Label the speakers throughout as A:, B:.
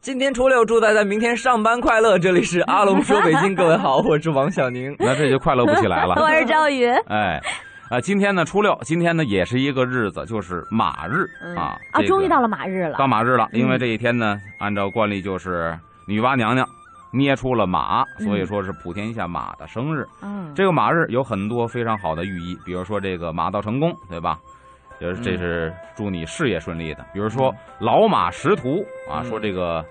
A: 今天初六，祝大家明天上班快乐！这里是阿龙 说北京，各位好，我是王小宁。
B: 那这就快乐不起来 了。
C: 我是赵宇。
B: 哎，啊，今天呢初六，今天呢也是一个日子，就是马日啊。
C: 啊，终于到
B: 了
C: 了马日了。
B: 到马日了，因为
C: 嗯
B: 这一天呢，按照惯例就是女娲娘娘捏出了马，所以说是普天下马的生日。
C: 嗯，
B: 这个马日有很多非常好的寓意，比如说这个马到成功，对吧？就是
A: 嗯
B: 这是祝你事业顺利的。比如说老马识途啊，
A: 嗯
B: 说这个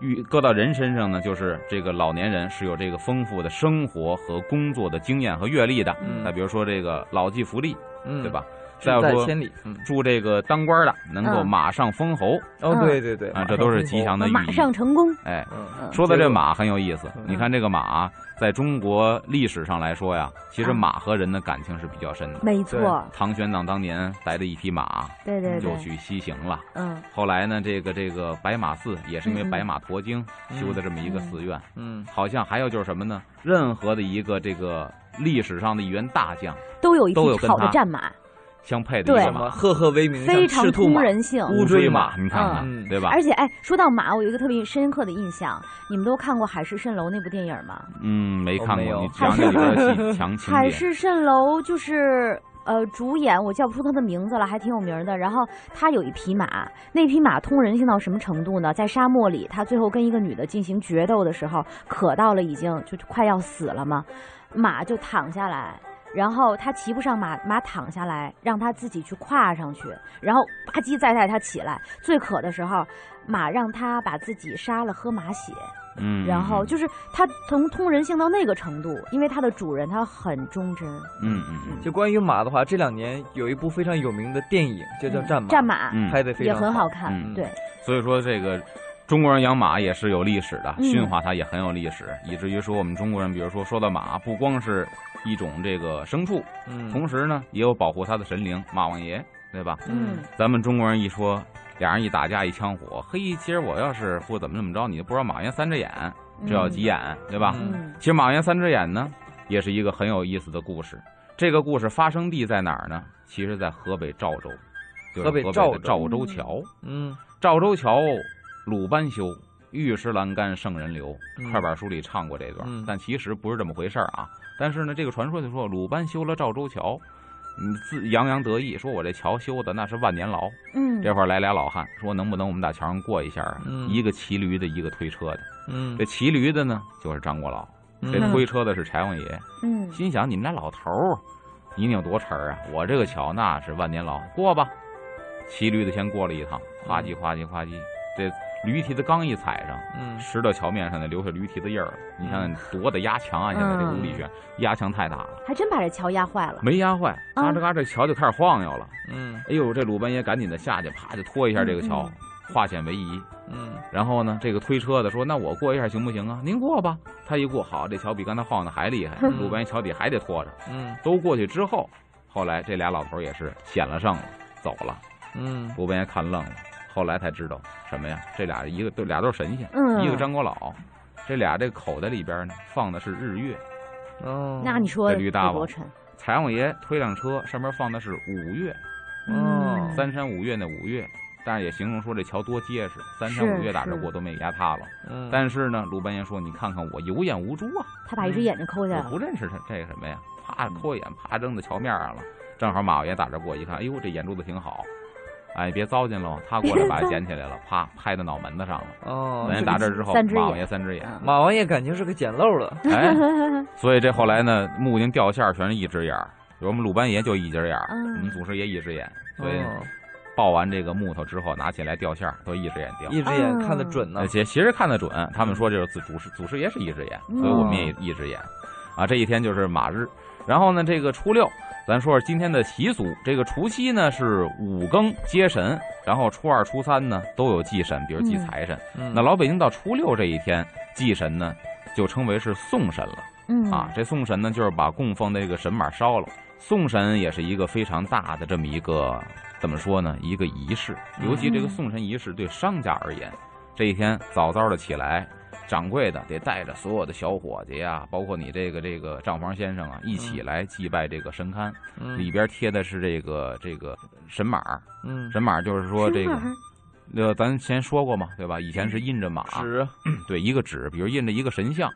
B: 遇搁到人身上呢，就是这个老年人是有这个丰富的生活和工作的经验和阅历的。
A: 嗯
B: 再比如说这个老骥伏枥，
A: 嗯，
B: 对？吧？再
A: 志在
B: 有说
A: 千里。嗯，
B: 祝这个当官的能够
C: 嗯
B: 马上封侯
A: 哦，
C: 嗯
A: 对对对，
B: 啊，这都是吉祥的寓
C: 马
B: 意。
C: 上成功。
B: 哎，
A: 嗯。
C: 啊
B: 说到这马很有意思，
A: 嗯
B: 你看这个马在中国历史上来说呀，其实
C: 啊
B: 马和人的感情是比较深的。
C: 嗯没错，
B: 唐玄奘当年逮的一匹马，
C: 对对
B: 就
C: 对，
B: 去西行了。
C: 嗯，
B: 后来呢，这个这个白马寺也是因为
C: 嗯嗯
B: 白马驮经修的这么一个寺院。
A: 嗯，
B: 好像还有就是什么呢？任何的一个这个历史上的一员大将
C: 都有一
B: 都有
C: 匹
B: 跟
C: 好的
B: 他
C: 战马，
B: 相配的一个
A: 什么
B: 马，
A: 赫赫威名，
C: 非常
A: 赤兔
C: 通
A: 马，
C: 人性。
A: 乌
B: 追
A: 骓
B: 马，
A: 马
B: 你看看，
A: 嗯
B: 对吧？
C: 而且，哎，说到马，我有一个特别深刻的印象，你们都看过《海市蜃楼》那部电影吗？
B: 嗯，没
A: 哦
B: 看
A: 没
B: 过，
A: 有
B: 你讲讲里边的戏强
C: 《
B: 情
C: 海
B: 节。
C: 市蜃楼》就是。呃，主演我叫不出他的名字了，还挺有名的。然后他有一匹马，那匹马通人性到什么程度呢？在沙漠里，他最后跟一个女的进行决斗的时候，渴到了已经就快要死了嘛，马就躺下来，然后他骑不上马，马躺下来，让他自己去跨上去，然后吧唧再带他起来。最渴的时候，马让他把自己杀了，喝马血。
B: 嗯，
C: 然后就是它从通人性到那个程度，因为它的主人他很忠贞，
B: 嗯嗯嗯，
A: 就关于马的话，这两年有一部非常有名的电影，就叫《战马》，
C: 战马
B: 嗯
A: 拍的非
C: 也
A: 常
C: 很好看，
B: 嗯
C: 对，
B: 所以说，这个中国人养马也是有历史的，
C: 嗯
B: 驯化它也很有历史，以至于说我们中国人，比如说说到马，不光是一种这个牲畜，
A: 嗯
B: 同时呢，也有保护它的神灵马王爷，对吧？
A: 嗯
C: 嗯，
B: 咱们中国人一说，俩人一打架一枪火，嘿，今儿我要是不怎么怎么着，你就不知道马王爷三只眼，这叫急，眼，对吧？
A: 嗯
C: 嗯
B: 其实马王爷三只眼呢，也是一个很有意思的故事。这个故事发生地在哪儿呢？其实，在河北赵州，就是
A: 河
B: 河
A: 北
B: 北
A: 赵州
B: 的赵州桥。
A: 嗯，
B: 赵州桥，鲁班修，玉石栏杆圣人流。
A: 嗯
B: 快板书里唱过这段，
A: 嗯
B: 但其实不是这么回事儿啊。但是呢，这个传说就说鲁班修了赵州桥，嗯，自洋洋得意，说我这桥修的那是万年牢。
C: 嗯，
B: 这会儿来俩老汉，说能不能我们打桥上过一下啊？
A: 嗯
B: 一个骑驴的，一个推车的。
A: 嗯
B: 这，骑驴的呢，就是张国老；这
C: 嗯
B: 推车的是柴王爷。
C: 嗯
B: 心想你们俩老头儿，你们有多沉儿啊？我这个桥那是万年牢，过吧。骑驴的先过了一趟，夸叽夸叽夸叽，这驴蹄子刚一踩上，
A: 嗯
B: 拾到桥面上的留下驴蹄子印儿了。你看看多的压强啊！现在这
C: 嗯
B: 五里圈压强太大了，
C: 还真把这桥压坏了，
B: 没压坏，
C: 嗯
B: 嘎吱嘎吱，桥就开始晃悠了。
A: 嗯
B: 哎呦，这鲁班爷赶紧的下去，啪就拖一下这个桥
C: 嗯，
B: 化险为夷。
A: 嗯
B: 然后呢，这个推车的说：“那我过一下行不行啊？”您过吧。他一过，好，这桥比刚才晃的还厉害，
A: 嗯
B: 鲁班爷桥底还得拖着。
A: 嗯
B: 都过去之后，后来这俩老头儿也是显了圣了，走了。
A: 嗯
B: 鲁班爷看愣了，后来才知道什么呀？这俩一个都俩都是神仙，
C: 嗯，
B: 一个张国老，这俩这口袋里边呢放的是日月。
A: 哦，
C: 那你说
B: 这驴大
C: 有
B: 王
C: 多沉？
B: 柴王爷推辆车，上面放的是五月，
C: 嗯
A: 哦
B: 三山五岳那五岳，但是也形容说这桥多结实，三山
C: 是
B: 五岳打着
C: 是
B: 过都没压塌了。
A: 嗯，
B: 但是呢，鲁班爷说：“你看看我有眼无珠啊，
C: 他把一只眼睛抠下来
B: 我
C: 了，
B: 不认识他这个什么呀，啪
C: 嗯
B: 抠眼，啪扔到桥面上了。正好马王爷打这过一看，哎呦，这眼珠子挺好，哎，别糟践了。他过 来把它捡起来了，啪拍到脑门子上了。
A: 哦
B: 人，家
C: 是
B: 打这之后，
C: 三只
B: 马
C: 眼
B: 王爷三只眼，
C: 嗯
A: 马王爷感情是个捡漏的，
B: 哎，所以这后来呢，木匠掉馅儿全是一只眼儿，有我们鲁班爷就一只眼儿，
C: 嗯
B: 我们祖师爷一只眼，所以
A: 哦，
B: 抱完这个木头之后，拿起来掉馅儿都一只眼掉。
A: 一只
C: 嗯
A: 眼看得准呢
B: 那，其其实看得准，他们说就是祖祖师祖师爷是一只眼，所以我们也一只眼，啊，这一天就是马日。然后呢，这个初六，咱说说今天的习俗。这个除夕呢是五更接神，然后初二、初三呢都有祭神，比如祭财神。
A: 嗯
B: 那老北京到初六这一天祭神呢，就称为是送神了。
C: 嗯
B: 啊，，这送神呢，就是把供奉的这个神马烧了。送神也是一个非常大的这么一个怎么说呢？一个仪式，尤其这个
C: 嗯
B: 送神仪式对商家而言，这一天早早的起来，掌柜的得带着所有的小伙计呀、包括你这个这个账房先生啊，一起来祭拜这个神龛。
A: 嗯
B: 里边贴的是这个这个神马，
A: 嗯
B: 神马就是说这个
C: 是吗
B: 呃，咱先说过嘛，对吧？以前是啊印着马，
A: 纸
B: 对，一个纸，比如印着一个神像。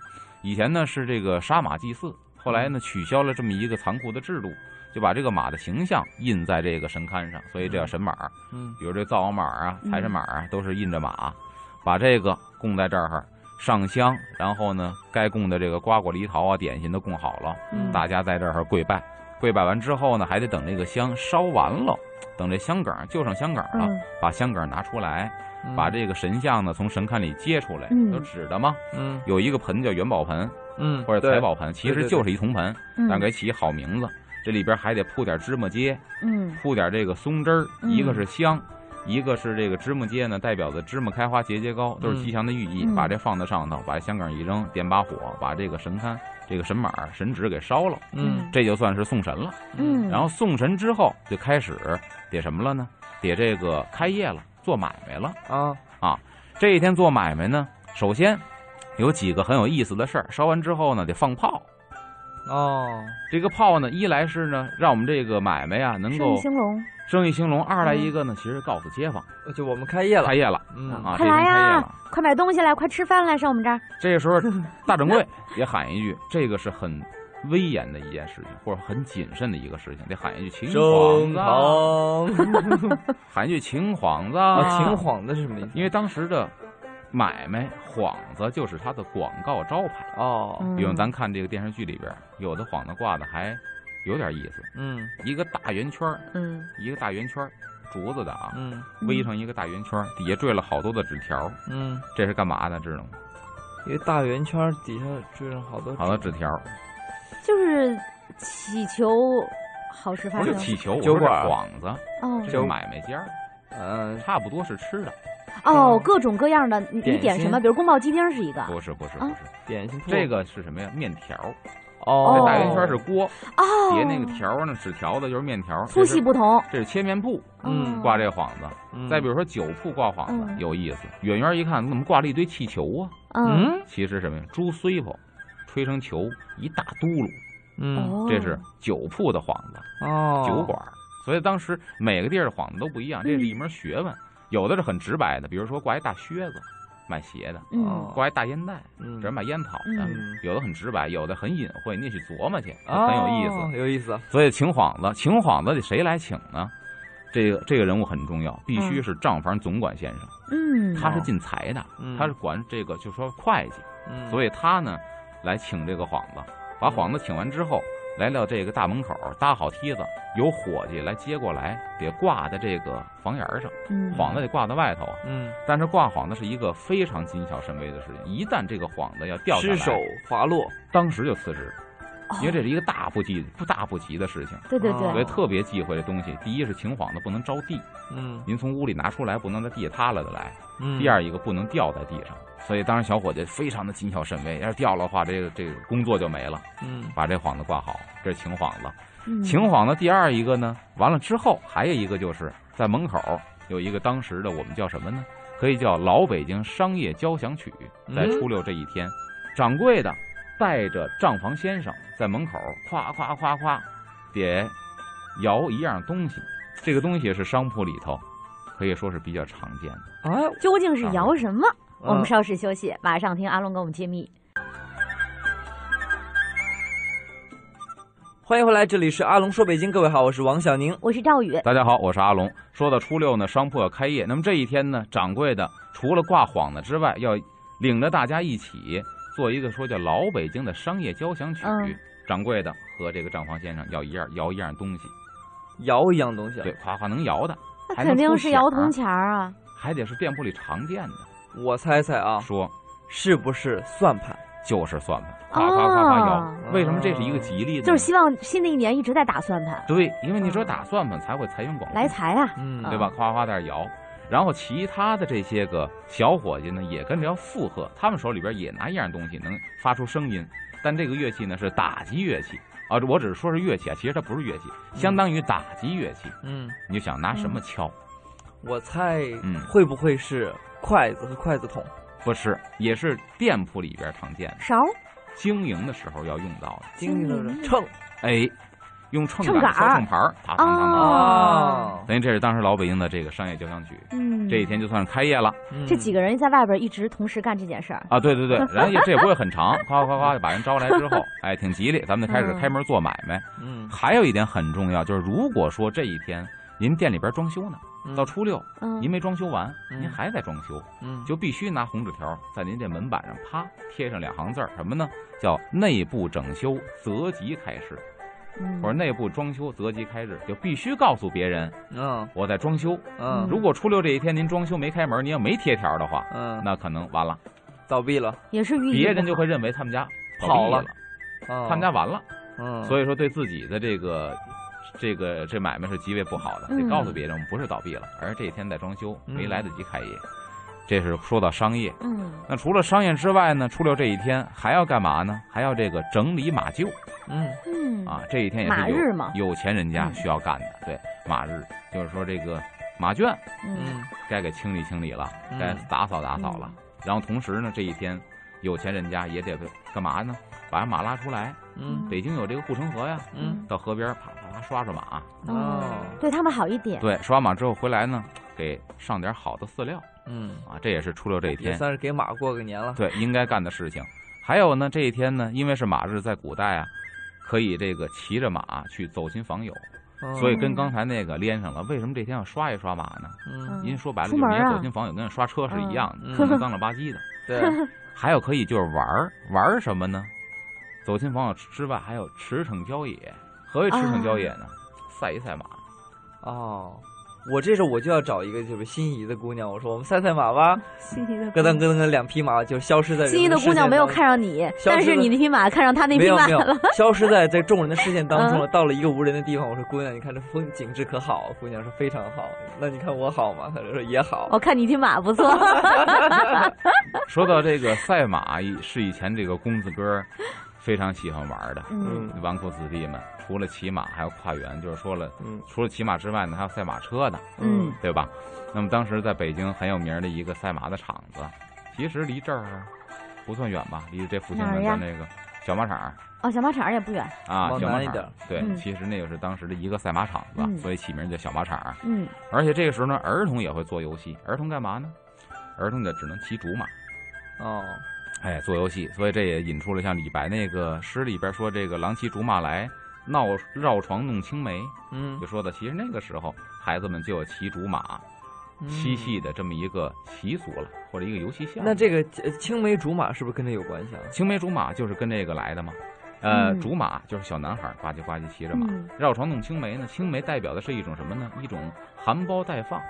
B: 以前呢是这个杀马祭祀，后来呢取消了这么一个残酷的制度，就把这个马的形象印在这个神龛上，所以这叫神马。
A: 嗯，
B: 比如这灶王马啊、
C: 嗯
B: 财神马啊，都是印着马，把这个供在这儿上香，然后呢，该供的这个瓜果梨桃啊、点心都供好了，
C: 嗯
B: 大家在这儿跪拜。跪拜完之后呢，还得等这个香烧完了，等这香梗儿就剩香梗儿了，
C: 嗯
B: 把香梗儿拿出来，
A: 嗯
B: 把这个神像呢从神龛里接出来，
C: 嗯
B: 有纸的吗？
A: 嗯
B: 有一个盆叫元宝盆
A: 嗯
B: 或者财，宝盆，其
A: 对
B: 实
A: 对
B: 就是一铜盆，
C: 嗯
B: 但给起好名字。这里边还得铺点芝麻街，
C: 嗯
B: 铺点这个松枝儿，
C: 嗯
B: 一个是香，一个是这个芝麻街呢，代表着芝麻开花节节高，都是吉祥的寓意。
C: 嗯
B: 把这放在上头，把香梗一扔，点把火，把这个神龛、这个神马、神纸给烧了，
A: 对嗯
B: 这就算是送神了。
C: 嗯，
B: 然后送神之后，就开始得什么了呢？得这个开业了，做买卖了。
A: 啊
B: 这一天做买卖呢，首先有几个很有意思的事儿。烧完之后呢，得放炮。
A: 哦，
B: 这个炮呢，一来是呢，让我们这个买卖啊能
C: 生
B: 够
C: 意嗯兴隆，
B: 生意兴隆；二来一个呢，其实告诉街坊
A: 就我们开业了
B: 开，业了。
A: 嗯
B: 啊，这
C: 快
B: 已经
C: 来
B: 开业
C: 呀、
B: 了。
C: 快买东西来，快吃饭来，上我们这儿。
B: 这个时 候，大掌柜也喊一句，这个是很威严的一件事情，或者很谨慎的一个事情，得喊一句“秦皇
A: 中
B: 子啊
A: 堂”，
B: 喊一句“秦皇子”
A: 啊，
B: 啊。
A: 秦，皇的是什么意思？
B: 因为当时的买卖“幌子”就是它的广告招牌。
A: 哦，
B: 比如
C: 嗯
B: 咱看这个电视剧里边，有的幌子挂的还有点意思，
A: 嗯
B: 一个大圆圈儿，
C: 嗯
B: 一个大圆圈儿，竹子的啊，
A: 嗯
B: 围成一个大圆圈儿，底下缀了好多的纸条儿，
A: 嗯，
B: 这是干嘛的？知道吗？
A: 一个大圆圈底下缀上好多
B: 好多纸条儿，
C: 就是祈求好事发
B: 不
C: 生
B: 是。气球，我
A: 酒
B: 说这
A: 馆儿
B: 幌子。
C: 哦
B: 这
A: 酒
B: 是买卖家儿，
A: 嗯
B: 差不多是吃的，
C: 哦，各种各样的，你你
A: 点
C: 点什
A: 心
C: 么？比如宫保鸡丁是一个
B: 不是不是
C: 啊
B: 不是，
A: 点心铺
B: 这个是什么呀？面条儿，
A: 哦
B: 这大圆圈是锅，
C: 哦，
B: 底下那个条儿呢，纸条子就是面条儿，
C: 粗细不同。哦
B: 这是，这是切面铺
A: 嗯
B: 挂这幌子，
A: 嗯
B: 再比如说酒铺挂幌子
C: 嗯
B: 有意思，远远一看怎么挂了一堆气球啊？
C: 嗯
A: 嗯
B: 其实什么呀？猪碎泡，吹成球一大嘟噜，
A: 嗯
C: 哦，
B: 这是酒铺的幌子，
A: 哦
B: 酒馆儿。所以当时每个地儿的幌子都不一样，这是一门学问，有的是很直白的，比如说挂一大靴子，卖鞋的；
C: 嗯
A: 哦
B: 挂一大烟袋。
A: 嗯
B: 只是卖烟草的，
A: 嗯
B: 有的很直白，有的很隐晦，你得去琢磨去，很有意思。
A: 哦有意思
B: 所以请幌子，请幌子得谁来请呢？这个这个人物很重要，必须是账房总管先生，
C: 嗯，
B: 他是进财的，
A: 嗯
B: 他是管这个就说会计，
A: 嗯
B: 所
A: 以
B: 以他呢来请这个幌子，把幌子请完之后，来到这个大门口搭好梯子，由伙计来接过来，得挂在这个房檐上，
C: 嗯
B: 幌子得挂在外头啊。
A: 嗯
B: 但是挂幌子是一个非常谨小慎微的事情，一旦这个幌子要掉下来，
A: 失手滑落
B: 当时就辞职，
C: 哦
B: 因为这是一个大不忌、不大不吉的事情，
C: 对对
B: 所以
C: 对，
A: 哦
B: 特别忌讳这东西。第一是秦幌子不能着地，
A: 嗯
B: 您从屋里拿出来不能在地下塌了的来；
A: 嗯
B: 第二一个不能掉在地上。所以当时小伙计非常的谨小慎微，要是掉了的话，这个这个工作就没了。
A: 嗯
B: 把这幌子挂好，这是秦幌子。
C: 嗯
B: 秦幌子第二一个呢，完了之后还有一个就是在门口有一个当时的我们叫什么呢？可以叫老北京商业交响曲，在
A: 嗯
B: 初六这一天，掌柜的带着账房先生在门口夸夸夸夸，得摇一样东西，这个东西是商铺里头可以说是比较常见的。
A: 哎
C: 究竟是
B: 啊
C: 摇什么？我们
A: 嗯
C: 稍事休息，马上听阿龙给我们揭秘。
A: 欢迎回来，这里是阿龙说北京，各位好，我是王小宁。
C: 我是赵宇，
B: 大家好，我是阿龙。说到初六呢，商铺要开业，那么这一天呢，掌柜的除了挂幌子之外，要领着大家一起做一个说叫老北京的商业交响曲。
C: 嗯
B: 掌柜的和这个账房先生要一样摇一样东西，
A: 摇一样东西啊，
B: 对，夸夸能摇的，
C: 那
B: 还
C: 肯
B: 能
C: 定
B: 出
C: 是
B: 响
C: 摇
B: 儿
C: 铜钱儿啊。
B: 还得是店铺里常见的。
A: 我猜猜啊，
C: 哦
B: 说
A: 是不是算盘？
B: 就是算盘，夸夸夸夸摇。嗯为什么这是一个吉利的呢？
C: 哦就是希望新的一年一直在打算盘，
B: 对，因为你只有打算盘才会财源广进。
C: 来财啊！
A: 嗯
B: 对吧？夸夸在那儿摇，然后其他的这些个小伙计呢，也跟着要附和，他们手里边也拿一样东西能发出声音，但这个乐器呢是打击乐器啊，我只是说是乐器啊，其实它不是乐器，相当于打击乐器。
A: 嗯，
B: 你就想拿什么敲？
A: 我猜
B: 嗯
A: 会不会是筷子和筷子桶？
B: 不是，也是店铺里边常见的，
C: 勺儿
B: 经营的时候要用到的。
A: 经
C: 经
A: 的
C: 营
A: 秤
B: 哎，用秤
C: 秤
B: 杆
C: 杆
B: 敲
C: 儿
B: 秤盘儿，当当当当。
C: 哦
A: 啊，
B: 等于这是当时老北京的这个商业交响曲。
C: 嗯嗯
B: 这一天就算是开业了
C: 这几
A: 个
C: 个人在外边一直同时干这件事儿，
B: 啊！对对对，然后也这也不会很长，夸夸夸就把人招来之后，哎，挺吉利，咱们就开始
C: 嗯
B: 开门做买卖。
A: 嗯
B: 还有一点很重要，就是如果说这一天您店里边装修呢，
A: 嗯
B: 到初六
C: 嗯，
B: 您没装修完，
A: 嗯
B: 您还在装修，
A: 嗯
B: 就必须拿红纸条在您这门板上啪贴上两行字儿，什么呢？叫内部整修择吉开市，
C: 嗯
B: 或者内部装修择吉开市，就必须告诉别人
A: 嗯
B: 我在装修。
A: 嗯
B: 如果初六这一天您装修没开门，您要没贴条的话，
A: 嗯，
B: 那可能完了，
A: 倒闭了，
C: 也是寓意
B: 别
C: 不
B: 人就
C: 好
B: 会认为他们家倒闭
A: 跑嗯了
B: 了，
A: 他
B: 他们家完了，
A: 哦嗯，
B: 所以说对自己的这个。这个这买卖是极为不好的，
C: 嗯
B: 得告诉别人我们不是倒闭了，而是这一天在装修，没
A: 嗯
B: 来得及开业。这是说到商业，
C: 嗯
B: 那除了商业之外呢，初六这一天还要干嘛呢？还要这个整理马厩
A: 嗯
C: 嗯
B: 啊，这一天也
C: 马
B: 是有
C: 日嘛，
B: 有钱人家
C: 嗯
B: 需要干的。对，马日就是说这个马圈
C: 嗯
A: 嗯
B: 该给清理清理了，
A: 嗯
B: 该打扫打扫了。然后同时呢，这一天有钱人家也得干嘛呢？把马拉出来，
A: 嗯
B: 北京有这个护城河呀，
A: 嗯
B: 到河边啪啪啪刷刷马，
A: 哦
C: 嗯对他们好一点，
B: 对，刷马之后回来呢，给上点好的饲料
A: 嗯，
B: 啊，这也是初六这一
A: 哎也
B: 天
A: 算是给马过个年了，
B: 对，应该干的事情。还有呢，这一天呢，因为是马日，在古代啊，可以这个骑着马去走亲访友，
A: 嗯
B: 所以跟刚才那个连上了。为什么这天要刷一刷马呢？
A: 嗯
B: 您说白了，
C: 出
B: 就是
C: 门
B: 您
C: 啊
B: 走亲访友跟刷车是一样的，
A: 嗯
B: 可能脏了吧唧的。
A: 对，
B: 还有可以就是玩儿，玩儿什么呢？走亲访友之外，还有驰骋郊野。何为驰骋郊野呢？赛一赛马。
A: 哦。我这时候我就要找一个就是心仪的姑娘，我说我们赛赛马吧，
C: 心仪的
A: 咯噔咯噔咯，两匹马就消失在人
C: 心仪的
A: 视
C: 姑娘
A: 线
C: 没有
A: 当中
C: 看上你，
A: 消
C: 但
A: 失
C: 是
A: 了
C: 你那匹马看上他那
A: 没
C: 匹
A: 有
C: 马
A: 没有
C: 了，嗯
A: 消失在在众人的视线当中了。到了一个无人的地方，我说：“姑娘，你看这风景致可好？”姑娘说：“非常好。”那你看我好吗？她说：“也好。
C: 我看你匹马不错，
B: 说到这个赛马，是以前这个公子哥儿非常喜欢玩儿的。
C: 嗯
A: 嗯
B: 纨绔子弟们，除了骑马还有跨园，就是说了，
A: 嗯
B: 除了骑马之外呢，还有赛马车的，
C: 嗯
B: 对吧？那么当时在北京很有名的一个赛马的场子，其实离这儿不算远吧，离这复兴
C: 哪儿
B: 门
C: 呀
B: 咱这个小马场儿
C: 哦，小马场也不远，
B: 啊，
A: 往
B: 小马
A: 南一
B: 场
A: 点
B: 儿
A: 儿，
B: 对，
C: 嗯
B: 其实那个是当时的一个赛马场子，
C: 嗯
B: 所以起名叫小马场儿。
C: 嗯
B: 而且这个时候呢，儿童也会做游戏，儿童干嘛呢？儿童就只能骑竹马，”
A: 哦，
B: 哎，做游戏，所以这也引出了像李白那个诗里边说这个“郎骑竹马来，闹绕床弄青梅”，
A: 嗯
B: 就，说的其实那个时候孩子们就有骑竹马、
A: 嗯
B: 嬉戏。的这么一个习俗了，或者一个游戏项目。
A: 那这个呃青梅竹马是不是跟这有关系啊？
B: 青梅竹马就是跟这个来的嘛。呃，
C: 嗯
B: 竹马就是小男孩儿呱唧呱唧骑着马，
C: 嗯
B: 绕床弄青梅呢。青梅代表的是一种什么呢？一种含苞待放，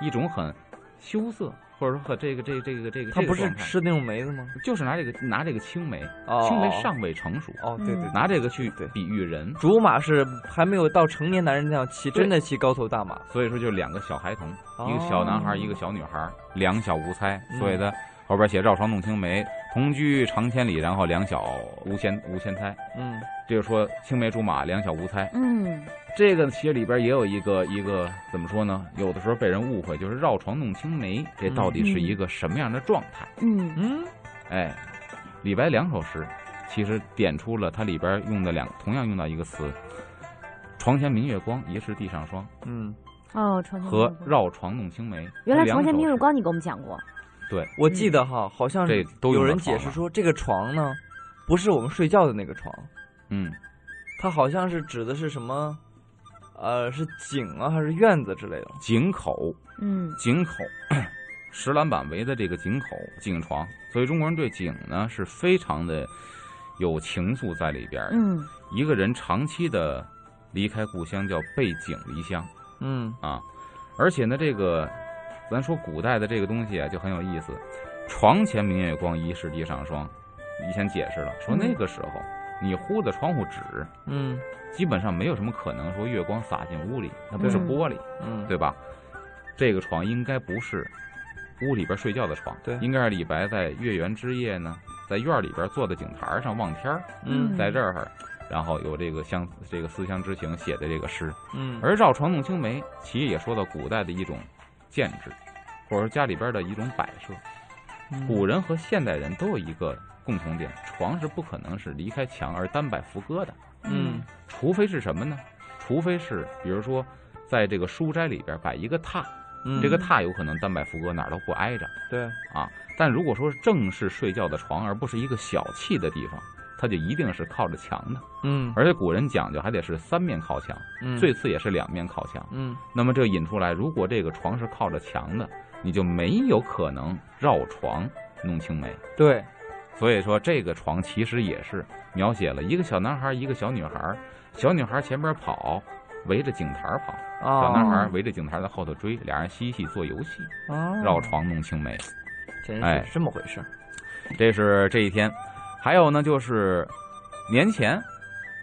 B: 一种很羞涩，或者说和这个这个这个这个。
A: 它
B: 这个
A: 不是
B: 状态，
A: 吃那种梅子吗？
B: 就是拿这个拿这个青梅，
A: 哦，
B: 青梅尚未成熟，
A: 哦，对对，
C: 嗯
B: 拿这个去
A: 对
B: 比喻人，
A: 竹马是还没有到成年男人那样骑，
B: 对
A: 真的骑高头大马。
B: 所以说就两个小孩童，
A: 哦
B: 一个小男孩，一个小女孩，两小无猜，
A: 嗯
B: 所以呢，后边写绕床弄青梅，同居长千里，然后两小无嫌无嫌猜，
A: 嗯，
B: 这就说青梅竹马，两小无猜。
C: 嗯
B: 这个其实里边也有一个一个怎么说呢？有的时候被人误会，就是绕床弄青梅，这到底是一个什么样的状态？
C: 嗯
A: 嗯，
B: 哎，李白两首诗，其实点出了它里边用的两同样用到一个词。床前明月光，疑是地上霜。
A: 嗯，
C: 哦，床前明月
B: 和
C: 光
B: 绕床弄青梅，
C: 原来
B: 这两
C: 床前明
B: 首
C: 月
B: 诗
C: 光你给我们讲过，
A: 我记得哈，好像
B: 这都
A: 有
B: 用
A: 人
B: 到
A: 解
B: 床
A: 释
B: 了
A: 说，这个床呢，不是我们睡觉的那个床，
B: 嗯，
A: 它好像是指的是什么，呃，是井啊还是院子之类的？
B: 井口，
C: 嗯
B: 井口，石栏板围的这个井口井床，所以中国人对井呢是非常的有情愫在里边儿的。
C: 嗯
B: 一个人长期的离开故乡叫背井离乡
A: 嗯
B: 啊，而且呢，这个咱说古代的这个东西啊就很有意思，床前明月光，疑是地上霜。以前解释了，
C: 嗯
B: 说那个时候、你糊的窗户纸，
A: 嗯
B: 基本上没有什么可能说月光洒进屋里，那不是
C: 嗯
B: 玻璃，
A: 嗯，
B: 对吧？这个床应该不是屋里边睡觉的床，
A: 对
B: 应该是李白在月圆之夜呢，在院儿里边坐在井台上望天儿，
A: 嗯
B: 在这儿，然后有这个相这个思乡之情写的这个诗。
A: 嗯，
B: 而绕床弄青梅，其实也说到古代的一种建制，或者说家里边的一种摆设。
A: 嗯
B: 古人和现代人都有一个共同点，床是不可能是离开墙而单摆扶歌的。
A: 嗯
B: 除非是什么呢？除非是比如说，在这个书斋里边摆一个榻，
A: 嗯
B: 这个榻有可能单摆扶歌，哪儿都不挨着
A: 对，
B: 啊。但如果说正是睡觉的床，而不是一个小憩的地方，它就一定是靠着墙的。
A: 嗯，
B: 而且古人讲究还得是三面靠墙，
A: 嗯
B: 最次也是两面靠墙。
A: 嗯
B: 那么这引出来，如果这个床是靠着墙的，你就没有可能绕床弄青梅。
A: 对，
B: 所以说，这个床其实也是描写了一个小男孩，一个小女孩。小女孩前边跑，围着井台儿跑；小男
A: 啊，
B: 孩围着井台儿在后头追，俩人嬉戏做游戏，
A: 哦
B: 绕，床弄青梅。
A: 真
B: 哎
A: 是这么回事儿。
B: 这是这一天。还有呢，就是年前，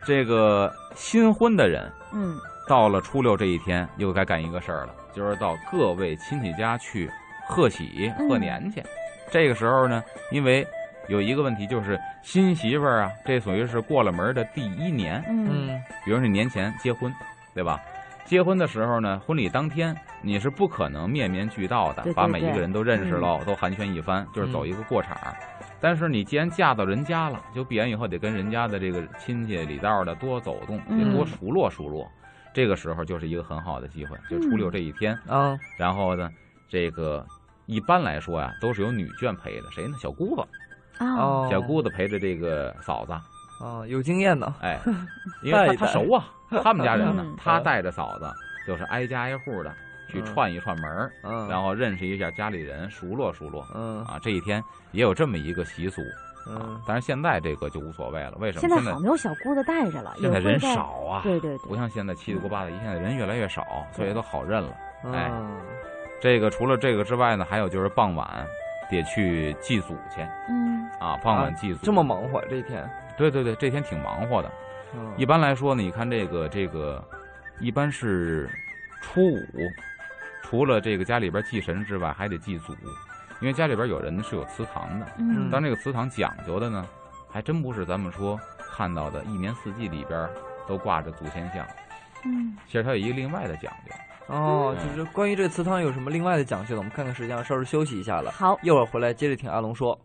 B: 这个新婚的人
C: 嗯，
B: 到了初六这一天，又该干一个事儿了，就是到各位亲戚家去贺喜
C: 嗯
B: 贺年去。这个时候呢，因为有一个问题就是新媳妇儿啊，这属于是过了门儿的第一年，
C: 嗯，
A: 嗯
B: 比如是年前结婚，对吧？结婚的时候呢，婚礼当天你是不可能面面俱到的，
C: 对对
B: 把每一
C: 对嗯
B: 个人都认识喽，都寒暄一番，就是走一个过场儿。但是你既然嫁到人家了，就必然以后得跟人家的这个亲戚里道儿的多走动，得多
A: 嗯
B: 熟络熟络。这个时候就是一个很好的机会，
C: 嗯
B: 就初六这一天。
A: 啊，
B: 然后呢，这个一般来说呀，都是有女眷陪的，谁呢？小姑子，
C: 啊，
A: 哦，
B: 小姑子陪着这个嫂子，
A: 啊，有经验呢。
B: 哎，因为
A: 带
B: 他
A: 一
B: 他
A: 带
B: 熟 啊，他们家人呢
C: 嗯，
B: 他带着嫂子就是挨家挨户的去
A: 嗯
B: 串一串门儿，
A: 嗯，
B: 然后认识一下家里人，熟络熟络
A: 嗯
B: 啊。这一天也有这么一个习俗，
A: 嗯
B: 但是现在这个就无所谓了，为什
C: 现
B: 么？
C: 在
B: 现在
C: 好没有小姑子带着了，
B: 现在
C: 有会
B: 人少啊，
C: 对对
B: 不
C: 对，
B: 像现在七大姑八大姨，现在人越来越少，所以都好认了。哎
A: 嗯，
B: 这个除了这个之外呢，还有就是傍晚得去祭祖去
C: 嗯
B: 啊，傍
A: 啊
B: 晚祭祖
A: 这么？忙活这一天，
B: 对对对，这天挺忙活的。
A: 嗯
B: 一般来说呢，你看这个这个，一般是初五，除了这个家里边祭神之外，还得祭祖，因为家里边有人是有祠堂的。
C: 嗯，
B: 当这个祠堂讲究的呢，还真不是咱们说看到的一年四季里边都挂着祖先像，
C: 嗯
B: 其实它有一个另外的讲究。
A: 哦，
B: 嗯
A: 就是关于这个祠堂有什么另外的讲究呢？我们看看时间啊，稍事休息一下了，
C: 好，
A: 一会儿回来接着听阿龙说。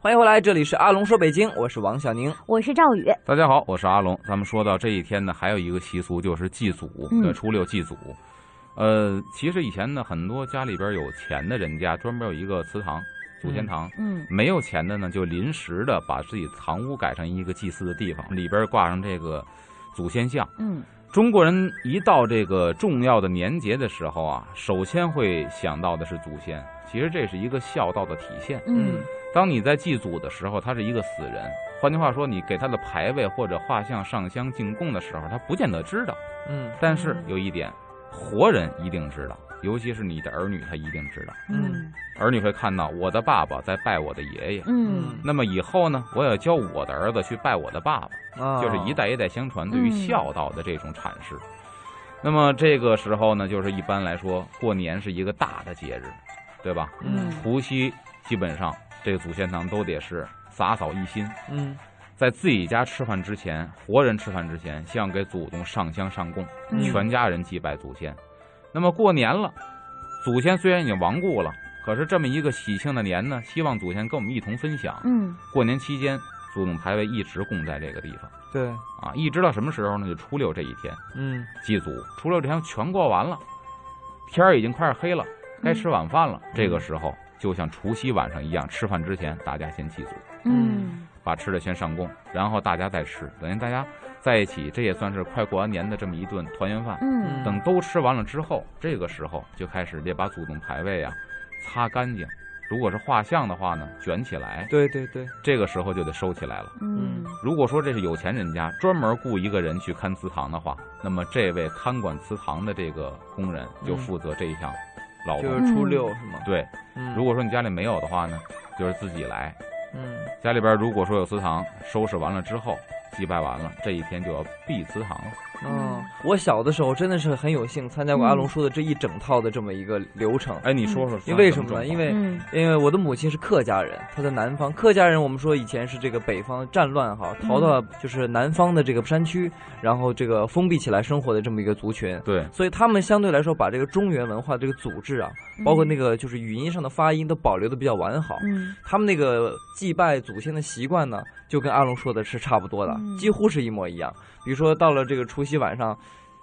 A: 欢迎回来，这里是阿龙说北京，我是王小宁。
C: 我是赵宇，
B: 大家好，我是阿龙。咱们说到这一天呢，还有一个习俗就是祭祖，
C: 嗯
B: 对，初六祭祖。呃，其实以前呢，很多家里边有钱的人家专门有一个祠堂，祖先
A: 嗯
B: 堂。
C: 嗯
B: 没有钱的呢，就临时的把自己堂屋改成一个祭祀的地方，里边挂上这个祖先像。
C: 嗯
B: 中国人一到这个重要的年节的时候啊，首先会想到的是祖先。其实这是一个孝道的体现。
C: 嗯
B: 当你在祭祖的时候，他是一个死人，换句话说，你给他的牌位或者画像上香进贡的时候，他不见得知道。
A: 嗯
B: 但是
C: 嗯
B: 有一点，活人一定知道，尤其是你的儿女，他一定知道。
C: 嗯
B: 儿女会看到我的爸爸在拜我的爷爷，
C: 嗯
B: 那么以后呢，我也教我的儿子去拜我的爸爸，
A: 啊，
B: 嗯就是一代一代相传对于孝道的这种阐释。那么这个时候呢，就是一般来说，过年是一个大的节日，对吧？
A: 嗯
B: 除夕基本上这个祖先堂都得是洒扫一新，
A: 嗯
B: 在自己家吃饭之前，活人吃饭之前，先要给祖宗上香上供，
C: 嗯
B: 全家人祭拜祖先。那么过年了，祖先虽然已经亡故了，可是这么一个喜庆的年呢，希望祖先跟我们一同分享。
C: 嗯
B: 过年期间，祖宗牌位一直供在这个地方
A: 对，
B: 啊，一直到什么时候呢？就初六这一天
A: 嗯
B: 祭祖，初六这天全过完了，天儿已经快黑了，该吃晚饭了。这个时候，就像除夕晚上一样，吃饭之前大家先祭祖，
C: 嗯
B: 把吃的先上供，然后大家再吃，等于大家在一起，这也算是快过完年的这么一顿团圆饭。
C: 嗯
B: 等都吃完了之后，这个时候就开始得把祖宗牌位啊擦干净，如果是画像的话呢，卷起来，
A: 对对对，
B: 这个时候就得收起来了。
C: 嗯
B: 如果说这是有钱人家专门雇一个人去看祠堂的话，那么这位看管祠堂的这个工人就负责这一项劳
A: 就
B: 动。
A: 是初六是吗？
B: 嗯对，
A: 嗯，
B: 如果说你家里没有的话呢，就是自己来。
A: 嗯
B: 家里边如果说有祠堂，收拾完了之后，祭拜完了，这一天就要闭祠堂了。
A: 哦，我小的时候真的是很有幸参加
B: 嗯
A: 过阿龙说的这一整套的这么一个流程。
B: 哎，你说说，
A: 因为为什么呢？因
B: 为
A: 为
C: 嗯
A: 因为我的母亲是客家人，她在南方。客家人，我们说以前是这个北方战乱哈，逃到就是南方的这个山区，然后这个封闭起来生活的这么一个族群。
B: 对，
A: 所以他们相对来说把这个中原文化这个组织啊，包括那个就是语音上的发音都保留的比较完好。
C: 嗯
A: 他们那个祭拜祖先的习惯呢，就跟阿龙说的是差不多的
C: 嗯，
A: 几乎是一模一样。比如说到了这个除夕晚上，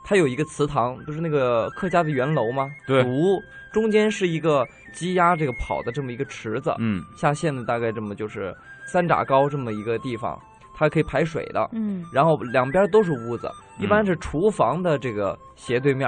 A: 它有一个祠堂，不是那个客家的圆楼吗？
B: 对
A: 祖屋中间是一个鸡鸭这个跑的这么一个池子，
B: 嗯，
A: 下陷的大概这么就是三拃高这么一个地方，它可以排水的。
C: 嗯
A: 然后两边都是屋子，一般
B: 嗯
A: 是厨房的这个斜对面，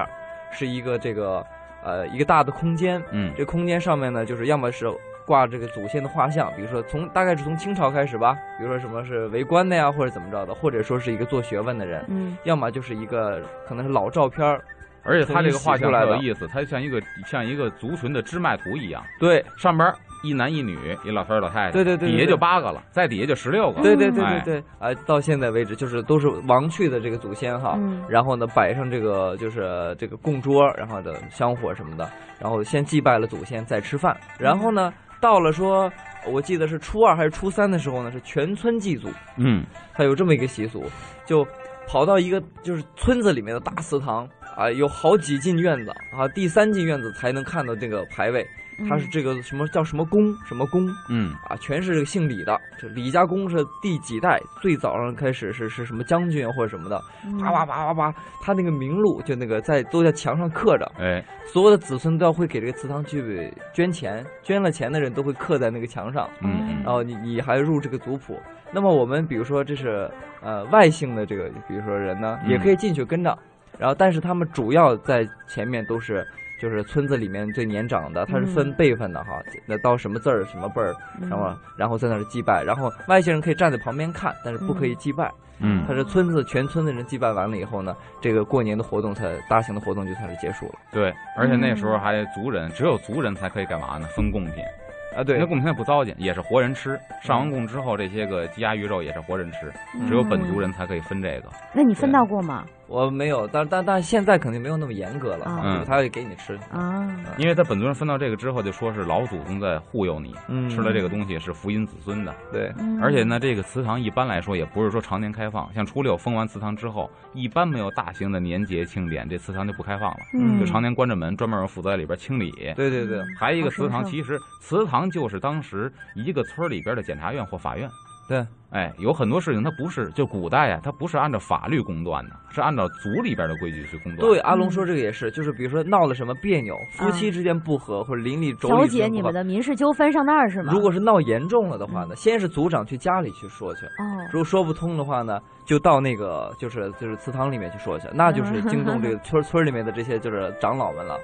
A: 是一个这个呃一个大的空间，
B: 嗯
A: 这空间上面呢，就是要么是挂这个祖先的画像，比如说从大概是从清朝开始吧，比如说什么是为官的呀，或者怎么着的，或者说是一个做学问的人，
C: 嗯
A: 要么就是一个可能是老照片儿，
B: 而且它这个画
A: 重新洗出
B: 像
A: 来
B: 很
A: 的
B: 有意思，它像一个像一个族群的支脉图一样，
A: 对
B: 上边儿一男一女，一老头儿一老太太，
A: 对对对对
B: 底下就
A: 对
B: 八个了，再底下就十六个，
A: 对对对
B: 哎
A: 对对，啊，到现在为止就是都是亡去的这个祖先哈，
C: 嗯
A: 然后呢摆上这个就是这个供桌，然后的香火什么的，然后先祭拜了祖先再吃饭，然后呢到了说我记得是初二还是初三的时候呢，是全村祭祖，
B: 嗯，
A: 他有这么一个习俗，就跑到一个就是村子里面的大祠堂啊，有好几进院子啊，第三进院子才能看到这个牌位，
C: 嗯
A: 它是这个什么叫什么宫什么宫
B: 嗯
A: 啊，全是这个姓李的，这李家公是第几代最早上开始是是什么将军啊或者什么的，啪啪啪
C: 啪，
A: 啪啪，他那个名录就那个在都在墙上刻着，
B: 哎，
A: 所有的子孙都要会给这个祠堂去捐钱，捐了钱的人都会刻在那个墙上。
B: 嗯
A: 然后你你还入这个族谱。那么我们比如说这是呃外姓的这个，比如说人呢，
B: 嗯
A: 也可以进去跟着。然后，但是他们主要在前面都是就是村子里面最年长的，他是分
C: 嗯
A: 辈分的哈，那到什么字儿什么辈儿，
C: 嗯
A: 然后然后在那儿祭拜。然后外姓人可以站在旁边看，但是不可以祭拜。
B: 嗯
A: 他
B: 嗯，
A: 是村子全村的人祭拜完了以后呢，这个过年的活动才大型的活动就算是结束了
B: 对，而且那时候还族人，只有族人才可以干嘛呢？分贡品，
A: 啊。
B: 那
A: 对，
B: 贡品它不糟践，也是活人吃。上完贡之后，这些个鸡鸭鱼肉也是活人吃，
C: 嗯
B: 只有本族人才可以分这个。
C: 那你分
B: 对
C: 到过吗？
A: 我没有，但但但现在肯定没有那么严格了哈，
B: 嗯
A: 就是他会给你吃。
C: 啊，
B: 因为他本族人分到这个之后，就说是老祖宗在护佑你，
A: 嗯，
B: 吃了这个东西是福荫子孙的。
A: 对，
C: 嗯
B: 而且，呢，这个祠堂一般来说也不是说常年开放，像初六封完祠堂之后，一般没有大型的年节庆典，这祠堂就不开放了，
C: 嗯
B: 就常年关着门，专门有人负责在里边清理。
A: 对对对，
B: 还有一个祠
C: 好
B: 堂，
C: 神圣
B: 其实祠堂就是当时一个村儿里边的检察院或法院。
A: 对，
B: 哎，有很多事情它不是就古代啊呀、它不是按照法律公断的，是按照族里边的规矩去公断。
A: 对，，啊阿龙说这个也是，就是比如说闹了什么别扭，夫妻之间不和或者邻里妯
C: 嗯调
A: 娌之
C: 解
A: 间
C: 你
A: 不
C: 们
A: 和，
C: 的民事纠纷上那儿是吗？嗯
A: 如果是闹严重了的话呢，先是族长去家里去说去，
C: 哦，
A: 如果说不通的话呢，就到那个就是就是祠堂里面去说去，那就是
C: 嗯
A: 惊动 这个村村里面的这些就是长老们了。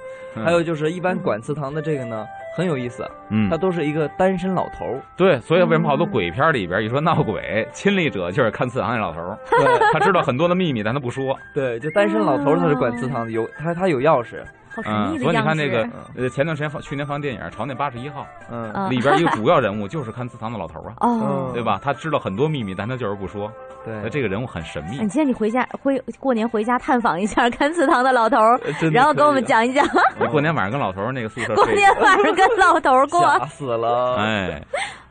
A: 还有就是一般管祠堂的这个呢很有意思，
B: 嗯
A: 他，都是一个单身老头儿，
B: 对，所以为什么好多鬼片里边一说闹鬼，亲历者就是看祠堂那老头儿，
A: 对
B: 他知道很多的秘密，但他不说。
A: 对，就单身老头儿他是管祠堂的，有他他有钥匙，
C: 好神
B: 嗯，所
C: 秘的
B: 以你
C: 样
B: 看
C: 式。
B: 那个
A: 嗯
B: 呃，前段时间放去年放电影《朝那八十一号
A: 嗯
C: 啊》，，
B: 里边一个主要人物就是看祠堂的老头儿啊
C: 哦，
B: 对吧？他知道很多秘密，但他就是不说。那
A: 对，
B: 这个人物很神秘
C: 哎你。今天你回家回过年回家探访一下甘祠堂的老头儿，
A: 真的
C: 然后
A: 可
C: 跟我
A: 以
C: 们
A: 的，
C: 讲一讲
B: 我过年晚上跟老头儿那个宿 舍
C: 过
B: 睡。
C: 年晚上跟老头 儿过。
A: 吓死了，
B: 哎，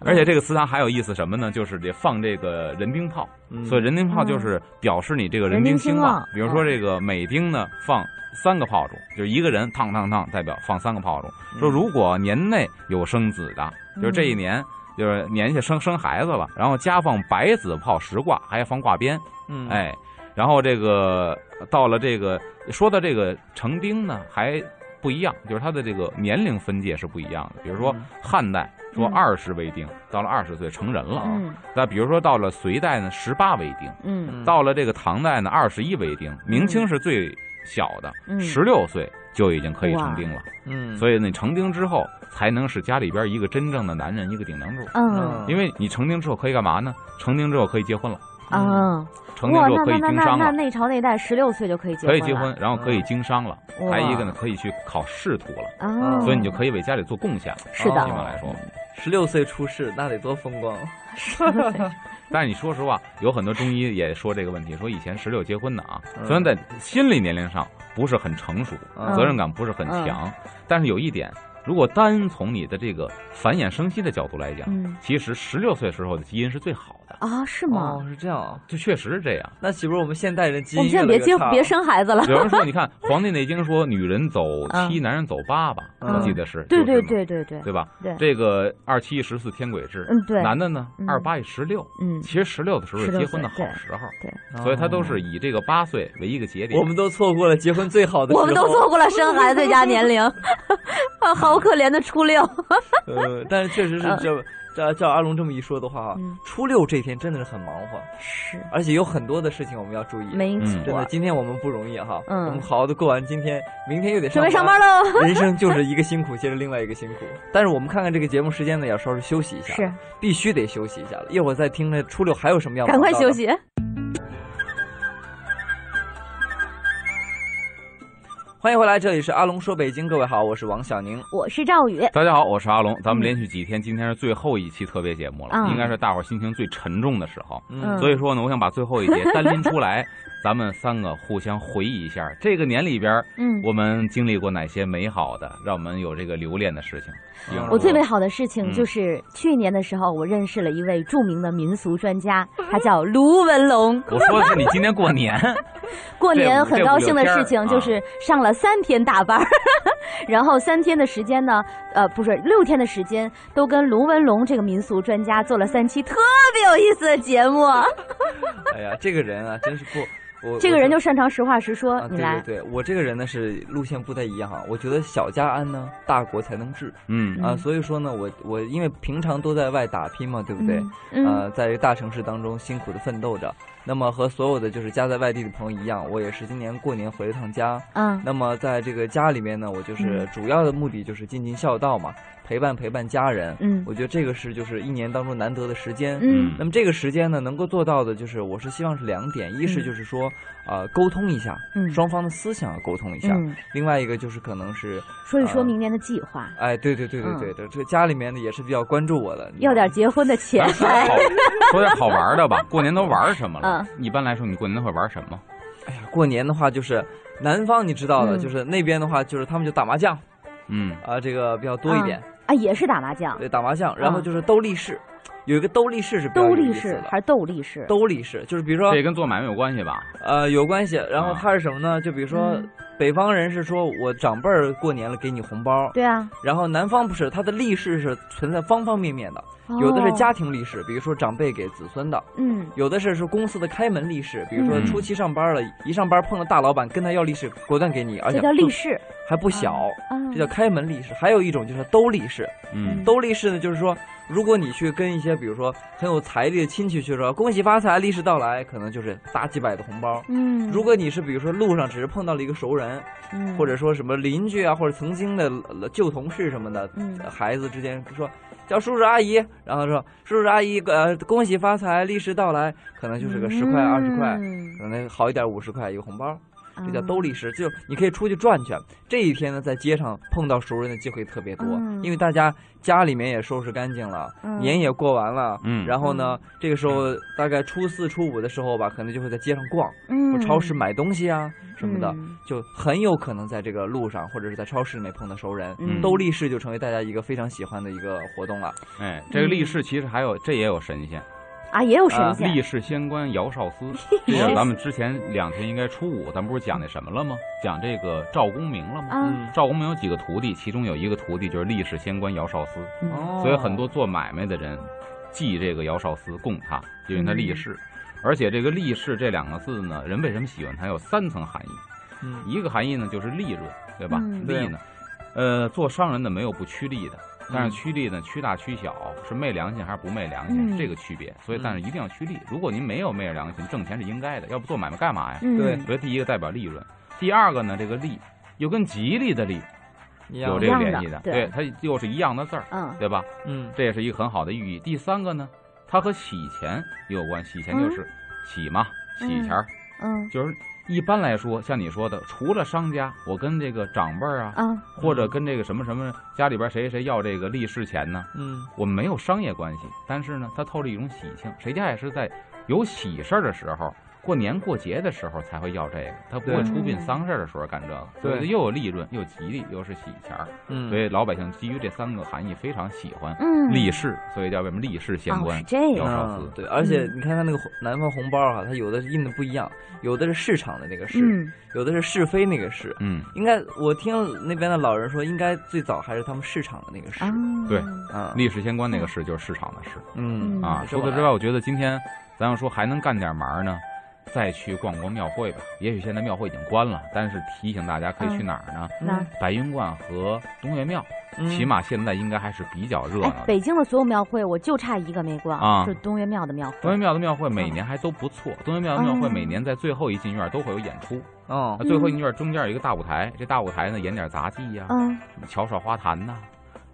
B: 而且这个祠堂还有意思什么呢？就是得放这个人丁炮，
A: 嗯，
B: 所以人丁炮就是表示你这个人丁兴旺
C: 人丁兴旺。
B: 比如说这个每丁呢放三个炮竹，就是一个人烫烫烫，代表放三个炮
A: 嗯
B: 竹。说如果年内有生子的，就是这一年。就是年下生生孩子了，然后家放白子炮十挂，还要放挂鞭，
A: 嗯，
B: 哎，然后这个到了这个说到这个成丁呢，还不一样，就是他的这个年龄分界是不一样的。比如说
A: 嗯
B: 汉代说
C: 嗯
B: 二十为丁，到了二十岁成人了；
C: 嗯
B: 那比如说到了隋代呢，十八为丁；
C: 嗯
A: 嗯
B: 到了这个唐代呢，二十一为丁；明清是最小的，
C: 嗯，
B: 十六岁就已经可以成丁了。
A: 嗯，
B: 所以呢，成丁之后才能是家里边一个真正的男人一个顶梁柱。
C: 嗯
B: 因为你成丁之后可以干嘛呢？成丁之后可以结婚了，
C: 啊，
B: 成丁
C: 哇，
B: 之后
C: 那
B: 可以
C: 那那
B: 经
C: 那
B: 商了
C: 那。内朝那代十六岁就可以结
B: 可以
C: 了嗯
B: 结婚，然后可以经商了，
C: 哇
B: 还有一个呢，嗯可以去考仕途了，
C: 啊，
B: 所以你就可以为家里做贡献了。
C: 是
B: 基
C: 的
B: 本来说，
A: 十六岁出世，那得多风光！
B: 但是你说实话，有很多中医也说这个问题，说以前十六结婚的啊，
A: 嗯
B: 虽然在心理年龄上不是很成熟，
A: 嗯
B: 责任感不是很强，但是有一点，如果单从你的这个繁衍生息的角度来讲，
C: 嗯
B: 其实十六岁时候的基因是最好的。的。
C: 啊，是吗？
A: 哦，是这样啊。
B: 这确实是这样。
A: 那岂不是我们现代人基
C: 我
A: 因
C: 们现在
A: 越来越
C: 别结
A: 差
C: 别
A: 了
C: 生孩子了。
B: 有人说，你看《黄帝内经》说女人走七，
C: 嗯
B: 男人走八吧，
A: 嗯
B: 我记得是。
C: 对
B: 就是
C: 对
B: 嘛，
C: 对对对，
B: 对吧？
C: 对
B: 这个二七十四天癸至，
C: 嗯对
B: 男的呢
C: 嗯
B: 二八一十六，
C: 嗯，
B: 其实十六的时候是
C: 16
B: 结婚的好
C: 岁对
B: 时候，
A: 哦
B: 所以他都是以这个八岁为一个节点。
A: 我们都错过了结婚最好的时候，
C: 我们都错过了生孩子最佳年龄， 啊，好可怜的初六。
A: 呃，但是确实是
C: 嗯
A: 这这照阿龙这么一说的话啊
C: 嗯，
A: 初六这天真的是很忙活，
C: 是，
A: 而且有很多的事情我们要注意。
C: 没
B: 嗯
A: 真
C: 错
A: 的，，今天我们不容易哈，
C: 嗯
A: 我们好好的过完今天，明天又得
C: 准备
A: 上
C: 上班。喽。
A: 人生就是一个辛苦接着另外一个辛苦，但是我们看看这个节目时间呢，也要稍微休息一下，
C: 是，
A: 必须得休息一下了。一会儿再听这初六还有什么样的
C: 赶快
A: 报道
C: 休。息。
A: 欢迎回来，这里是阿龙说北京，各位好，我是王小 宁。
C: 我是赵宇，
B: 大家好，我是阿龙，咱们连续几天，今天是最后一期特别节目了，
C: 嗯
B: 应该是大伙儿心情最沉重的时候。
C: 嗯
B: 所以说呢，我想把最后一节单拎出来，咱们三个互相回忆一下这个年里边儿，
C: 嗯，
B: 我们经历过哪些美好的，让我们有这个留恋的事情。比方说
C: 我最美好的事情
B: 嗯
C: 就是去年的时候，我认识了一位著名的民俗 专家，他叫卢文龙。
B: 我说的是你今年过年，
C: 过年很高兴的事
A: 啊
C: 情
B: 这五这五六天儿
C: 就是上了三天大班儿， 然后三天的时间呢，呃，不是六天的时间，都跟卢文龙这个民俗专家做了三期特别有意思的节目。
A: 哎呀，这个人啊，真是不，我
C: 这个人
A: 我
C: 就擅长实话实说，
A: 啊，
C: 你
A: 对
C: 来。
A: 对对，我这个人呢是路线不太一样哈、我觉得小家安呢，大国才能治
B: 嗯
A: 啊，
C: 嗯
A: 所以说呢，我我因为平常都在外打拼嘛，对不对？
C: 嗯，嗯
A: 呃，在这大城市当中辛苦的奋斗着。那么和所有的就是家在外地的朋友一样，我也是今年过年回了趟家。
C: 嗯
A: 那么在这个家里面呢，我就是
C: 嗯
A: 主要的目的就是尽尽孝道嘛，陪伴陪伴家人。
C: 嗯
A: 我觉得这个是就是一年当中难得的时间。
C: 嗯
A: 那么这个时间呢，能够做到的就是，我是希望是两点，一是
C: 嗯
A: 就是说，呃，沟通一下，
C: 嗯
A: 双方的思想要沟通一下；
C: 嗯，
A: 另外一个就是可能是，
C: 说一说
A: 呃
C: 明年的计划，
A: 哎，对对对对对，这、这家里面呢也是比较关注我的，
C: 嗯要点结婚的钱
B: 咱。
A: 啊
B: 说点好，说点好玩儿的吧。过年都玩儿什么了？
C: 嗯
B: 一般来说，你过年都会玩儿什么？
A: 哎呀，过年的话就是南方你知道的，
C: 嗯
A: 就是那边的话就是他们就打麻将
B: 嗯，
A: 啊、这个比较多一点，
C: 啊，也是打麻将，
A: 对，打麻将，然后就是斗力士，有一个斗力士是比较
C: 兜
A: 有
C: 力
A: 意思
C: 士
A: 的。
C: 还是斗力士？
A: 斗力士就是比如说
B: 这跟做买卖有关系吧？
A: 呃有关系，然后
B: 啊
A: 它是什么呢？就比如说
C: 嗯
A: 北方人是说我长辈儿过年了给你红包，
C: 对啊，
A: 然后南方不是，它的历史是存在方方面面的，有的是
C: 哦，
A: 家庭历史，比如说长辈给子孙的；
C: 嗯，
A: 有的是是公司的开门历史，比如说
B: 嗯
A: 初期上班了，一上班碰到大老板跟他要历史，果断给你，而且
C: 这叫
A: 不
C: 力士
A: 还不小，
C: 啊，
A: 这叫开门历史。还有一种就是兜历史，
B: 嗯，
A: 兜历史呢就是说，如果你去跟一些比如说很有财力的亲戚去说恭喜发财，利是到来，可能就是大几百的红包。
C: 嗯，
A: 如果你是比如说路上只是碰到了一个熟人，
C: 嗯
A: 或者说什么邻居啊，或者曾经的呃旧同事什么的，
C: 嗯
A: 呃孩子之间说叫叔叔阿姨，然后说叔叔阿姨，呃，恭喜发财，利是到来，可能就是个十块二十、20块，
C: 嗯
A: 可能好一点五十块一个红包，这叫
C: 嗯
A: 兜利是，就你可以出去转去。这一天呢，在街上碰到熟人的机会特别多，
C: 嗯
A: 因为大家家里面也收拾干净了，
C: 嗯
A: 年也过完了。
B: 嗯
A: 然后呢，这个时候大概初四、初五的时候吧，可能就会在街上逛，或
C: 嗯
A: 超市买东西啊什么的。
C: 嗯
A: 就很有可能在这个路上或者是在超市里面碰到熟人。
C: 嗯
A: 兜力士就成为大家一个非常喜欢的一个活动了。
B: 哎，这个力士其实还有，这也有神仙，
C: 啊，也有嗯神
A: 啊
C: 仙
B: 力士仙官姚少 司，这就是咱们之前两天应该初五，咱们不是讲那什么了吗？讲这个赵公明了吗？
A: 嗯
C: 啊，
B: 赵公明有几个徒弟，其中有一个徒弟就是力士仙官姚少司，
C: 嗯
A: 哦
B: 所以很多做买卖的人祭这个姚少司供他，因为他
C: 嗯
B: 力士。而且这个力士这两个字呢，人为什么喜欢它？有三层含义。
A: 嗯
B: 一个含义呢就是利润，对吧？
C: 嗯
B: 利呢，呃，做商人的没有不趋利的，但
A: 嗯
B: 是趋利呢，趋大趋小，是昧良心还是不昧良心、
C: 嗯
B: 是这个区别。所以
A: 嗯，
B: 但是一定要趋利。如果您没有昧着良心，挣钱是应该的，要不做买卖干嘛呀？
C: 嗯
A: 对
B: 所以第一个代表利润，第二个呢，这个利又跟吉利的利
A: 一样
B: 有
A: 的
B: 这个
C: 一样的
B: 联系的，
C: 对
B: 它又是一样的字儿，
C: 嗯
B: 对吧？
A: 嗯
B: 这也是一个很好的寓意。第三个呢，它和洗钱也有关，洗钱就是洗嘛，洗钱儿。
C: 嗯
B: 就是一般来说，像你说的，除了商家，我跟这个长辈儿啊，
C: 啊，
B: 或者跟这个什么什么家里边谁谁要这个利是钱呢，
A: 嗯
B: 我们没有商业关系，但是呢，它透着一种喜庆。谁家也是在有喜事儿的时候，过年过节的时候才会要这个，他不会
A: 对
B: 出
C: 嗯
B: 殡丧事儿的时候干这个，所以
A: 对
B: 又有利润，又吉利，又是喜钱儿，
A: 嗯，
B: 所以老百姓基于这三个含义非常喜欢。
C: 嗯，
B: 立誓，所以叫什么立誓县
C: 哦
B: 官
C: 是。这
B: 有
C: 样，
B: 少
A: 嗯
B: 司
A: 对，而且
C: 嗯
A: 你看他那个红南方红包啊，它有的是印的不一样，有的是市场的那个市，
C: 嗯，
A: 有的是是非那个是。
B: 嗯，
A: 应该我听那边的老人说，应该最早还是他们市场的那个市。
C: 啊，
B: 对
A: 啊，
B: 立誓县官那个事就是市场的事
A: 嗯
C: 嗯
B: 啊。
A: 这
B: 除
A: 么
B: 此之
A: 来
B: 外，我觉得今天咱要说还能干点嘛呢？再去逛逛庙会吧。也许现在庙会已经关了，但是提醒大家可以去
C: 嗯
B: 哪儿呢？
C: 那
B: 白云观和东岳庙，
A: 嗯
B: 起码现在应该还是比较热
C: 哎
B: 闹，的。
C: 北京的所有庙会，我就差一个没逛，
B: 啊
C: 就是东岳庙的庙
B: 东岳
C: 会。
B: 庙的庙会每年还都不错，东岳庙的庙
C: 嗯
B: 会每年在最后一进院都会有演出，
A: 哦
B: 那，最后一进院中间有一个大舞台，这大舞台呢演点杂技呀、
C: 嗯，
B: 什么巧耍花坛呐、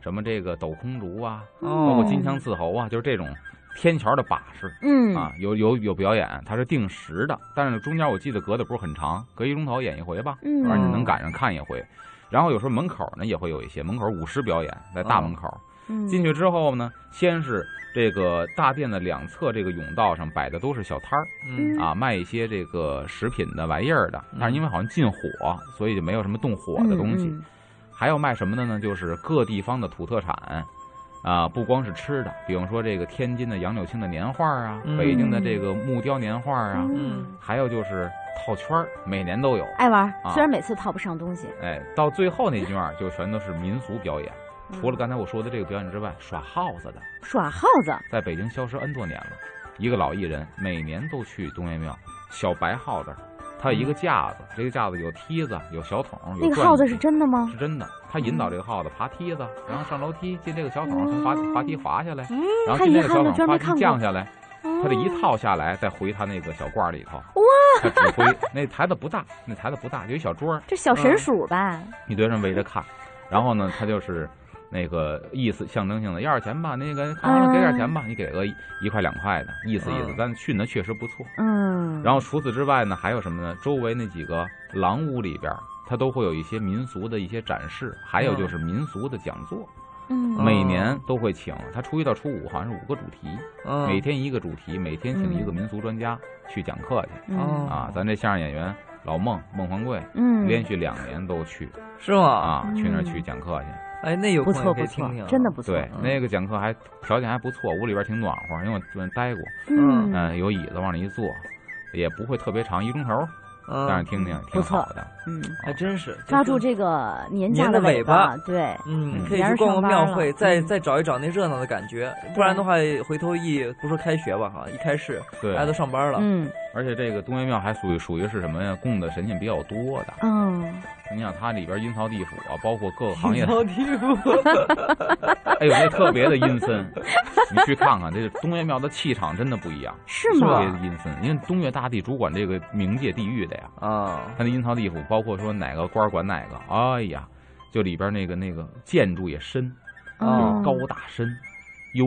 B: 什么这个抖空竹啊，
A: 包
B: 包括
C: 哦
B: 金枪刺猴啊，就是这种天桥的把式
C: 嗯，
B: 啊，有有有表演，它是定时的，但是中间我记得隔的不是很长，隔一钟头演一回吧，
C: 嗯，
B: 反正
A: 嗯
B: 你能赶上看一回。然后有时候门口呢也会有一些门口舞狮表演，在大门口
C: 嗯
B: 进去之后呢，先是这个大殿的两侧这个甬道上摆的都是小摊儿
A: 嗯
B: 啊，卖一些这个食品的玩意儿的，但是因为好像禁火，所以就没有什么动火的东西。
C: 嗯
B: 还有卖什么的呢？就是各地方的土特产，啊，不光是吃的，比方说这个天津的杨柳青的年画啊，
A: 嗯
B: 北京的这个木雕年画啊，
C: 嗯
A: 嗯
B: 还有就是套圈儿，每年都有。
C: 爱玩儿，
B: 啊
C: 虽然每次套不上东西，
B: 哎，到最后那一段儿就全都是民俗表演，
C: 嗯
B: 除了刚才我说的这个表演之外，耍耗子的
C: 耍耗子，
B: 在北京消失 N 多年了，一个老艺人每年都去东岳庙，小白耗子，它有一个架子，这个架子有梯子，有小桶，有
C: 那个
B: 转
C: 耗子
B: 子
C: 是真的吗？
B: 是真的，他引导这个耗子爬梯子，然后上楼梯进这个小桶，从滑
C: 哦
B: 滑梯滑下来，
C: 嗯
B: 然后
C: 太
B: 进
C: 遗
B: 这个小
C: 憾了，
B: 桶
C: 居然
B: 滑
C: 没
B: 梯
C: 看
B: 降
C: 过。
B: 下来，
C: 他
B: 他这
C: 哦
B: 一套下来再回他那个小罐里头。
C: 哇！
B: 他指挥那台子不大，那台子不大，有一小桌儿，
C: 这小神鼠吧，
B: 一堆人围着看，然后呢，他就是。那个意思象征性的，要点钱吧，那个看
C: 嗯
B: 完了给点钱吧，你给个一一块两块的，意思意思
A: 嗯。
B: 但训的确实不错。
C: 嗯，
B: 然后除此之外呢，还有什么呢？周围那几个廊屋里边儿，它都会有一些民俗的一些展示，还有就是民俗的讲座，
C: 嗯
B: 每年都会请。他初一到初五好像是五个主题，
A: 嗯
B: 每天一个主题，每天请一个
C: 嗯
B: 民俗专家去讲课去。
C: 嗯
A: 哦
B: 啊，咱这相声演员老孟孟黄贵
C: 嗯，
B: 连续两年都去
A: 是吗？
B: 啊，去那儿去
C: 嗯
B: 讲课去。
A: 哎，那有
C: 不
A: 空
C: 错
A: 也可
C: 不
A: 以
C: 错
A: 听听，啊，
C: 真的不错。
B: 对，那个讲课还条件还不错，屋里边挺暖和，因为我我待过，
C: 嗯
B: 嗯，有椅子往那一坐，也不会特别长，一钟头，
A: 嗯，
B: 但是听听
C: 不
B: 挺
C: 错
B: 好的。
C: 嗯，
A: 还真是
C: 抓住。
A: 就
C: 这个年
A: 年
C: 假
A: 的
C: 尾
A: 尾巴
C: 对，
A: 嗯
B: 嗯，
A: 可以
C: 别人
A: 去逛逛
C: 上班
A: 庙
C: 了
A: 会，再
C: 嗯
A: 再找一找那热闹的感觉，不然的话，回头一不说开学吧，哈，一开始
B: 对，
A: 大家都上班 了，
C: 嗯
B: 而且这个东岳庙还属于属于是什么呀？供的神仙比较多的。
C: 嗯，
B: 你想它里边阴曹地府啊，包括各个行业，
A: 老地 府，
B: 哎呦，那特别的阴森。你去看看，这个东岳庙的气场真的不一样，
C: 是
B: 特别
C: 吗？
B: 的阴森。因为东岳大帝主管这个冥界地狱的呀，
A: 啊，
B: 他那阴曹地府，包括说哪个官儿管哪个，哎呀，就里边那个那个建筑也深，
C: 嗯
A: 哦
B: 高大深，幽，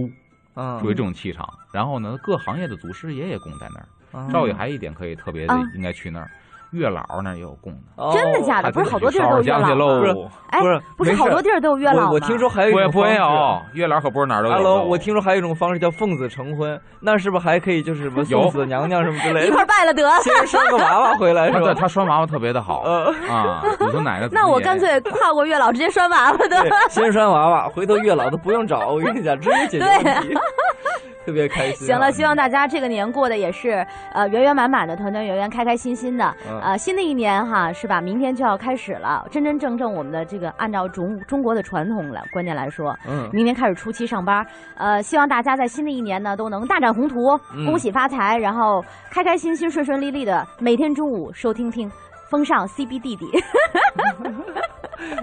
A: 嗯，
B: 属于这种气场。然后呢，各行业的祖师爷也供在那儿。
A: 嗯
B: 赵宇还有一点可以特别的
C: 哦啊，
B: 应该去那儿，月老那儿也有供的。
A: 哦
C: 真的假的
B: 还
C: 哎不是好多地
B: 烧
C: 儿都有
B: 香
C: 月
B: 去
C: 老
B: 喽
A: 不是
C: 哎，
A: 不是
C: 不是
A: 没事
C: 好多地儿都有月老吗
A: 我我听说还有一
B: 不
A: 种
B: 也不
A: 方
B: 会啊
A: 式
B: 有，月老可不是哪儿都有。
A: 哈喽，我听说还有一种方式叫奉子成婚，那是不是还可以就是什么送
B: 有
A: 子娘娘什么之类
C: 一
A: 的
C: 块？儿拜了得。
A: 先生个娃娃回来是
B: 他啊对
A: 吧？
B: 他拴娃娃特别的 好
A: 呃，
B: 啊！你说哪个子爷？
C: 那我干脆跨过月老，直接拴娃娃的。
A: 对，先拴娃娃，回头月老都不用找，我跟你讲，直接解决问题，特别开心啊。
C: 啊行了，希望大家这个年过得也是呃圆圆满满的，团团圆圆，开开心心的。
A: 嗯
C: 呃，新的一年哈，是吧？明天就要开始了，真真正正我们的这个按照中中国的传统来观念来说，
A: 嗯，
C: 明天开始初七上班。呃，希望大家在新的一年呢都能大展宏图，
A: 嗯
C: 恭喜发财，然后开开心心、顺顺利利的。每天中午收听听风尚 CB 弟弟，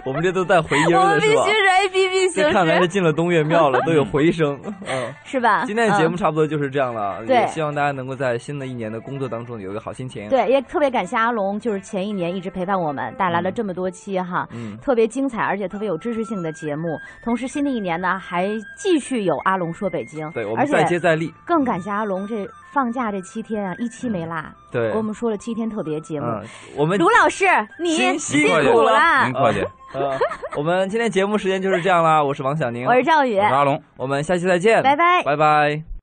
A: 我们这都带回音
C: 我
A: 儿
C: 们
A: 了
C: 必须
A: 是吧？
C: 是 APP
A: 这看来是
C: 形式，
A: 进了东岳庙了，都有回 声。嗯，
C: 是吧？
A: 今天的节
C: 嗯
A: 目差不多就是这样了，
C: 对
A: 也希望大家能够在新的一年的工作当中有一个好心情。，
C: 嗯对，也特别感谢阿龙，就是前一年一直陪伴我们，带来了这么多期哈，
A: 嗯
C: 特别精彩而且特别有知识性的节目。同时，新的一年呢，还继续有阿龙说北京，
A: 对，我
C: 而
A: 们再接
C: 且
A: 再厉。
C: 更感谢阿龙这放假这七天啊，一期没落，
A: 嗯对
C: 给我，们说了七天特别节目。
A: 嗯，我们
C: 卢老师，你
A: 辛
C: 辛
A: 辛
C: 苦
A: 苦
C: 啦
B: 您！客气，
A: 呃，我们今天节目时间就是这样啦。我是王小宁，
C: 我是赵宇
B: 我是，阿龙。
A: 我们下期再见，
C: 拜拜
A: 拜拜。